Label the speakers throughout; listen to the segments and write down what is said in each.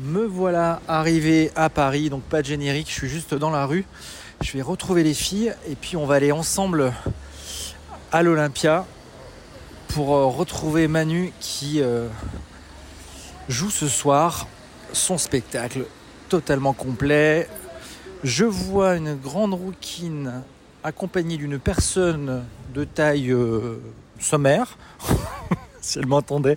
Speaker 1: Me voilà arrivé à Paris, donc pas de générique, je suis juste dans la rue. Je vais retrouver les filles et puis on va aller ensemble à l'Olympia pour euh, retrouver Manu qui euh, joue ce soir son spectacle totalement complet. Je vois une grande rouquine accompagnée d'une personne de taille euh, sommaire, si elle m'entendait.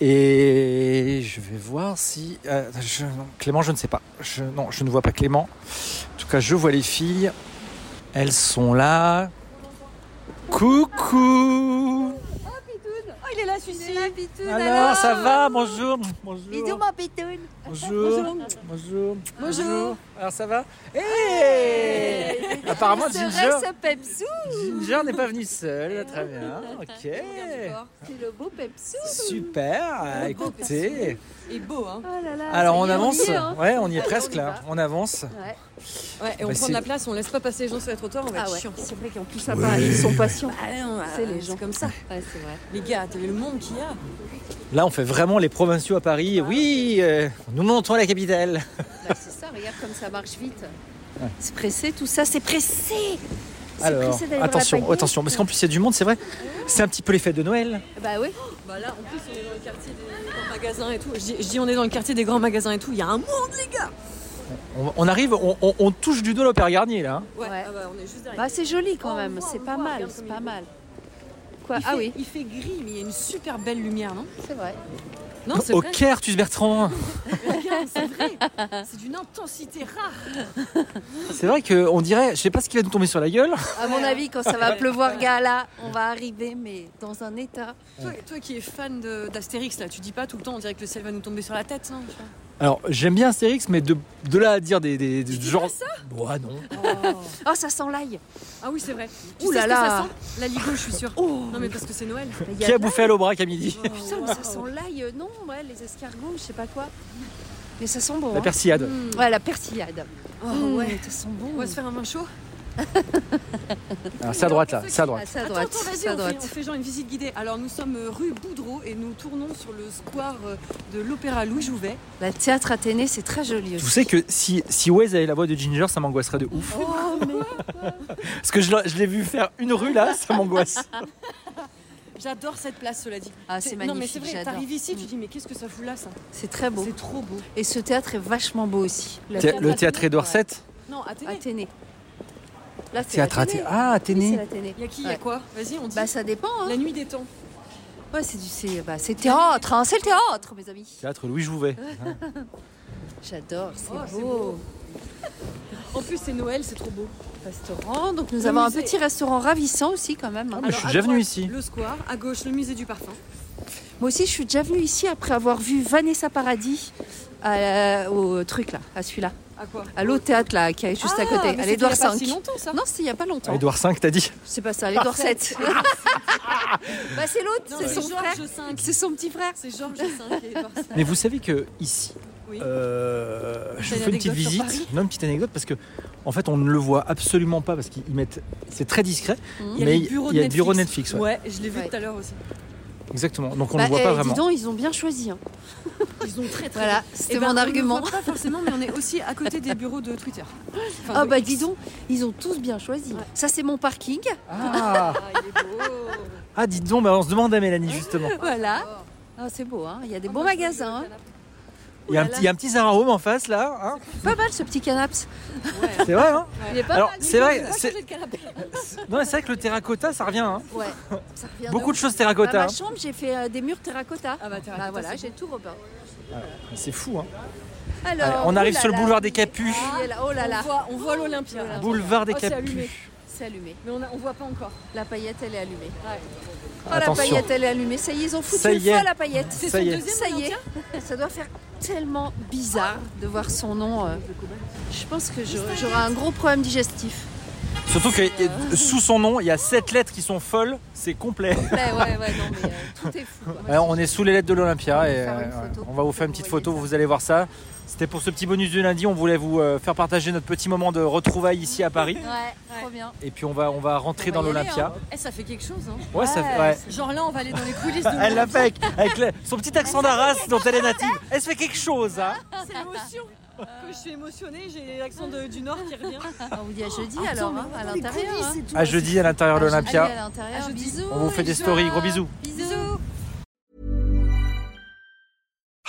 Speaker 1: Et je vais voir si... euh, je- non, Clément, je ne sais pas. Je- non, je ne vois pas Clément. En tout cas, je vois les filles. Elles sont là. Coucou
Speaker 2: Oh, il est là, celui-ci.
Speaker 1: Alors, ça va Bonjour Bonjour
Speaker 2: Bisous, mon pitoune.
Speaker 1: Bonjour. Bonjour. Bonjour. Alors ça va Hey Apparemment Ginger,
Speaker 2: Serait-ce Pepsou
Speaker 1: Ginger n'est pas venue seule. Très bien. Ok.
Speaker 2: C'est le beau Pepsou.
Speaker 1: Super. Écoutez.
Speaker 3: Et beau, hein
Speaker 2: Oh là là.
Speaker 1: Alors on
Speaker 2: ça y est,
Speaker 1: avance.
Speaker 2: y est, hein.
Speaker 1: Ouais, on y est presque là. On avance.
Speaker 2: Ouais.
Speaker 3: Ouais, et on
Speaker 1: Bah,
Speaker 3: prend
Speaker 1: c'est-
Speaker 3: de la place, on laisse pas passer les gens sur les trottoirs, on va
Speaker 2: Ah
Speaker 3: être
Speaker 2: ouais,
Speaker 3: chiant.
Speaker 2: c'est vrai qu'en plus, à Paris, ils sont patients.
Speaker 3: Ah non,
Speaker 2: C'est
Speaker 3: c'est
Speaker 2: les
Speaker 3: les
Speaker 2: gens.
Speaker 3: gens comme ça.
Speaker 2: Ouais, c'est vrai.
Speaker 3: Les gars, t'as vu le monde qu'il y a
Speaker 1: Là, on fait vraiment les provinciaux à Paris.
Speaker 2: Ah,
Speaker 1: Oui, euh, nous montons à la capitale.
Speaker 2: Là, Bah, c'est ça, regarde comme ça marche vite. C'est pressé, tout ça, c'est pressé. C'est
Speaker 1: Alors,
Speaker 2: pressé d'aller voir la Ah.
Speaker 1: attention,
Speaker 2: paillette.
Speaker 1: attention, parce qu'en plus il y a du monde, c'est vrai. C'est un petit peu les fêtes de Noël.
Speaker 2: Bah oui.
Speaker 3: Bah là, en plus, on est dans le quartier des grands magasins et tout. Je dis, je dis on est dans le quartier des grands magasins et tout, il y a un monde, les gars
Speaker 1: On, on arrive, on, on- on touche du doigt l'opère Garnier là.
Speaker 3: Ouais,
Speaker 2: Ouais.
Speaker 3: ah bah, on est juste derrière.
Speaker 2: Bah c'est joli
Speaker 3: Oh,
Speaker 2: quand
Speaker 3: on
Speaker 2: même,
Speaker 3: voit,
Speaker 2: c'est
Speaker 3: on
Speaker 2: pas
Speaker 3: voit,
Speaker 2: mal,
Speaker 3: regarde
Speaker 2: c'est
Speaker 3: comme
Speaker 2: pas
Speaker 3: il est
Speaker 2: mal. Quoi
Speaker 3: Il
Speaker 2: Ah
Speaker 3: fait-
Speaker 2: oui,
Speaker 3: Il fait gris, mais il y a une super belle lumière, non
Speaker 2: c'est vrai.
Speaker 3: Non, c'est
Speaker 1: Au
Speaker 3: vrai,
Speaker 1: Caire, Tus Bertrand.
Speaker 3: regarde, c'est vrai C'est d'une intensité rare
Speaker 1: C'est vrai qu'on dirait, je sais pas ce qui va nous tomber sur la gueule.
Speaker 2: À mon avis, quand ça va
Speaker 3: Ouais.
Speaker 2: pleuvoir,
Speaker 3: Ouais.
Speaker 2: gala, on va arriver, mais dans un état.
Speaker 3: toi, toi qui es fan de- d'Astérix, là, tu dis pas tout le temps, on dirait que le ciel va nous tomber sur la tête, non tu vois
Speaker 1: Alors j'aime bien Astérix, mais de, de là à dire des, des, des
Speaker 3: dis
Speaker 1: genre.
Speaker 3: pas ça
Speaker 1: Ouais, non.
Speaker 2: Oh, ça sent l'ail.
Speaker 3: Ah oui, c'est vrai. Tu
Speaker 2: Ouh
Speaker 3: sais
Speaker 2: là
Speaker 3: ce que
Speaker 2: là. Oh.
Speaker 3: ça sent La Ligo, je suis sûre. non, mais parce que c'est Noël.
Speaker 2: Il y a
Speaker 1: Qui a
Speaker 2: de
Speaker 1: bouffé à l'aubrac à midi
Speaker 2: l'ail. Putain, mais ça sent l'ail. euh, Non, ouais, les escargots, je sais pas quoi. Mais ça sent bon.
Speaker 1: La
Speaker 2: hein.
Speaker 1: persillade.
Speaker 2: Ouais, la persillade.
Speaker 3: Oh,
Speaker 2: Mmh,
Speaker 3: ouais.
Speaker 2: ça sent bon.
Speaker 3: On va se faire un vin chaud.
Speaker 1: Alors, c'est à droite là, c'est à droite.
Speaker 2: Ah, c'est à
Speaker 3: Attends,
Speaker 2: droite.
Speaker 3: attends, vas-y,
Speaker 2: c'est à
Speaker 3: on, fait-
Speaker 2: droite.
Speaker 3: on fait genre une visite guidée. Alors nous sommes euh, rue Boudreau et nous tournons sur le square euh, de l'Opéra Louis Jouvet.
Speaker 2: La théâtre athénée, c'est très joli
Speaker 1: Tu
Speaker 2: aussi.
Speaker 1: sais que si, si Waze avait la voix de Ginger, ça m'angoisserait de ouf.
Speaker 2: Oh, mais
Speaker 1: Parce que je, l'ai- je l'ai vu faire une rue là, ça m'angoisse.
Speaker 3: J'adore cette place, cela dit.
Speaker 2: Ah, c'est
Speaker 3: Non mais c'est
Speaker 2: magnifique.
Speaker 3: vrai,
Speaker 2: J'adore. Mm.
Speaker 3: t'arrives ici, tu dis mais qu'est-ce que ça fout là ça
Speaker 2: C'est très beau.
Speaker 3: C'est trop beau.
Speaker 2: Et ce théâtre est vachement beau aussi. La
Speaker 1: Thé-
Speaker 3: théâtre
Speaker 1: Le théâtre
Speaker 3: Athénée,
Speaker 1: Édouard VII.
Speaker 3: Non, Athénée.
Speaker 2: Athénée. Là, c'est
Speaker 1: Théâtre
Speaker 2: l'Athénée.
Speaker 1: Athénée. Ah,
Speaker 2: Oui, c'est
Speaker 1: Athénée.
Speaker 2: l'Athénée.
Speaker 3: Il y a qui, il y
Speaker 2: Ouais.
Speaker 3: a quoi Vas-y, on dit.
Speaker 2: Bah, ça dépend. hein.
Speaker 3: La nuit des temps.
Speaker 2: Ouais, c'est du c'est bah, c'est théâtre, hein, c'est le théâtre, mes amis.
Speaker 1: Théâtre Louis Jouvet.
Speaker 2: J'adore, c'est
Speaker 3: Oh, c'est
Speaker 2: beau.
Speaker 3: En plus c'est Noël, c'est trop beau.
Speaker 2: Restaurant, donc nous
Speaker 3: Le
Speaker 2: avons
Speaker 3: musée.
Speaker 2: un petit restaurant ravissant aussi quand même. hein.
Speaker 1: mais je suis
Speaker 3: à
Speaker 1: déjà venu
Speaker 3: droite,
Speaker 1: ici.
Speaker 3: Le square, à gauche le musée du parfum.
Speaker 2: Moi aussi, je suis déjà venue ici après avoir vu Vanessa Paradis à- au truc là, à celui-là,
Speaker 3: À quoi
Speaker 2: à l'autre théâtre là qui est juste à
Speaker 3: Ah,
Speaker 2: côté,
Speaker 3: mais
Speaker 2: à
Speaker 3: c'était
Speaker 2: l'Édouard
Speaker 3: il y a pas
Speaker 2: 5.
Speaker 3: si longtemps, ça.
Speaker 2: Non, c'était il y a pas longtemps.
Speaker 1: Ah, Édouard V, t'as dit
Speaker 2: C'est pas ça, l'Édouard 7. bah, c'est l'autre,
Speaker 3: Non,
Speaker 2: c'est son frère.
Speaker 3: Georges V.
Speaker 2: C'est son petit frère.
Speaker 3: C'est Georges V et Édouard V.
Speaker 1: Mais vous savez que ici,
Speaker 3: Oui.
Speaker 1: euh, je vous
Speaker 3: T'as une
Speaker 1: fais une petite
Speaker 3: anecdote sur
Speaker 1: visite,
Speaker 3: Paris
Speaker 1: non, une petite anecdote parce que en fait on ne le voit absolument pas parce qu'ils mettent, c'est très discret, mais il y a le bureau Netflix, ouais.
Speaker 3: Hmm. Ouais, je l'ai vu
Speaker 2: Ouais.
Speaker 3: tout à l'heure aussi.
Speaker 1: exactement. Donc on ne
Speaker 2: Bah,
Speaker 1: le voit
Speaker 2: eh,
Speaker 1: pas
Speaker 2: dis
Speaker 1: vraiment.
Speaker 2: donc, ils ont bien choisi. hein.
Speaker 3: Ils ont très très
Speaker 2: Voilà,
Speaker 3: bien.
Speaker 2: c'était
Speaker 3: Eh ben,
Speaker 2: mon
Speaker 3: on le
Speaker 2: argument.
Speaker 3: voit pas forcément, mais on est aussi à côté des bureaux de Twitter. Enfin,
Speaker 2: Ah
Speaker 3: de
Speaker 2: bah
Speaker 3: X.
Speaker 2: dis donc, ils ont tous bien choisi. Ça c'est mon parking.
Speaker 1: Ah,
Speaker 3: Ah, il est beau.
Speaker 1: ah, dis donc, bah, on se demande à Mélanie justement.
Speaker 2: Voilà. Ah, c'est beau, hein. il y a des
Speaker 3: Ah,
Speaker 2: bons
Speaker 3: moi, je
Speaker 2: magasins.
Speaker 3: veux
Speaker 2: hein.
Speaker 1: Il y a un
Speaker 3: Ouh là
Speaker 1: petit, il y a un petit Zara Home en face là, hein.
Speaker 2: Pas mal ce petit canapé.
Speaker 3: le canapé. Ouais.
Speaker 1: c'est vrai. Hein
Speaker 2: Il est pas
Speaker 1: Alors
Speaker 2: mal.
Speaker 1: c'est vrai,
Speaker 3: Pas
Speaker 1: c'est
Speaker 3: changer de canapé.
Speaker 1: non, mais c'est vrai que le terracotta ça revient. hein.
Speaker 2: Ouais, ça revient
Speaker 1: Beaucoup de choses
Speaker 2: ouf. Bah,
Speaker 1: terracotta. hein.
Speaker 2: ma chambre, j'ai fait euh, des murs terracotta.
Speaker 3: Ah bah, terracotta,
Speaker 2: Bah, voilà,
Speaker 3: c'est
Speaker 2: j'ai tout repeint. bah,
Speaker 1: hein. C'est fou. Hein.
Speaker 2: Alors,
Speaker 1: Allez, on arrive
Speaker 2: oh là
Speaker 1: sur le
Speaker 2: là,
Speaker 1: boulevard des
Speaker 2: il est-
Speaker 1: Capuches.
Speaker 2: il est là, Oh là là.
Speaker 3: On voit, on voit l'Olympia.
Speaker 1: Boulevard des
Speaker 3: Oh, c'est allumé.
Speaker 1: Capuches.
Speaker 2: C'est allumé.
Speaker 3: Mais on ne voit pas encore.
Speaker 2: La paillette, elle est allumée. Oh,
Speaker 1: Attention.
Speaker 2: la paillette, elle est allumée. Ça y est, ils ont foutu
Speaker 1: Ça
Speaker 2: le
Speaker 1: y
Speaker 2: feu à
Speaker 1: est.
Speaker 2: la paillette.
Speaker 3: C'est
Speaker 1: Ça
Speaker 3: son
Speaker 1: y est.
Speaker 3: deuxième
Speaker 2: Ça y
Speaker 3: Valentin
Speaker 2: est. Ça doit faire tellement bizarre de voir son nom. euh. Je pense que je- j'aurai un gros problème digestif.
Speaker 1: Surtout que euh, sous son nom, il y a sept lettres qui sont folles, c'est complet.
Speaker 2: Ouais,
Speaker 3: Ben
Speaker 2: ouais, ouais, non, mais euh, tout est fou. quoi.
Speaker 1: Alors, on est sous les lettres de l'Olympia
Speaker 2: va
Speaker 1: et
Speaker 2: faire une
Speaker 1: euh,
Speaker 2: photo
Speaker 1: on va vous faire une
Speaker 2: pour
Speaker 1: petite
Speaker 2: que vous
Speaker 1: photo,
Speaker 2: voyez ça.
Speaker 1: vous allez voir ça. C'était pour ce petit bonus du lundi, on voulait vous euh, faire partager notre petit moment de retrouvailles ici à Paris.
Speaker 2: Ouais, trop bien.
Speaker 1: Et puis on va, on va rentrer
Speaker 2: On
Speaker 1: dans
Speaker 2: va y aller,
Speaker 1: l'Olympia.
Speaker 3: Eh, ça fait quelque chose. Hein.
Speaker 1: Ouais, ça fait-
Speaker 2: Ouais,
Speaker 1: ouais.
Speaker 3: Genre là, on va aller dans les coulisses de
Speaker 1: Elle l'a
Speaker 3: l'Olympia.
Speaker 1: fait avec, avec le- son petit accent d'Arras dont elle est native. Elle se fait quelque chose, hein
Speaker 3: C'est l'émotion. Que je suis émotionnée, j'ai l'accent de- du Nord qui revient.
Speaker 2: On vous dit à jeudi alors, hein, à l'intérieur. hein.
Speaker 1: À jeudi à l'intérieur de
Speaker 2: Allez, à
Speaker 1: l'Olympia.
Speaker 2: l'intérieur.
Speaker 3: À jeudi.
Speaker 2: Bisous.
Speaker 1: On vous fait des stories, gros bisous.
Speaker 2: Bisous.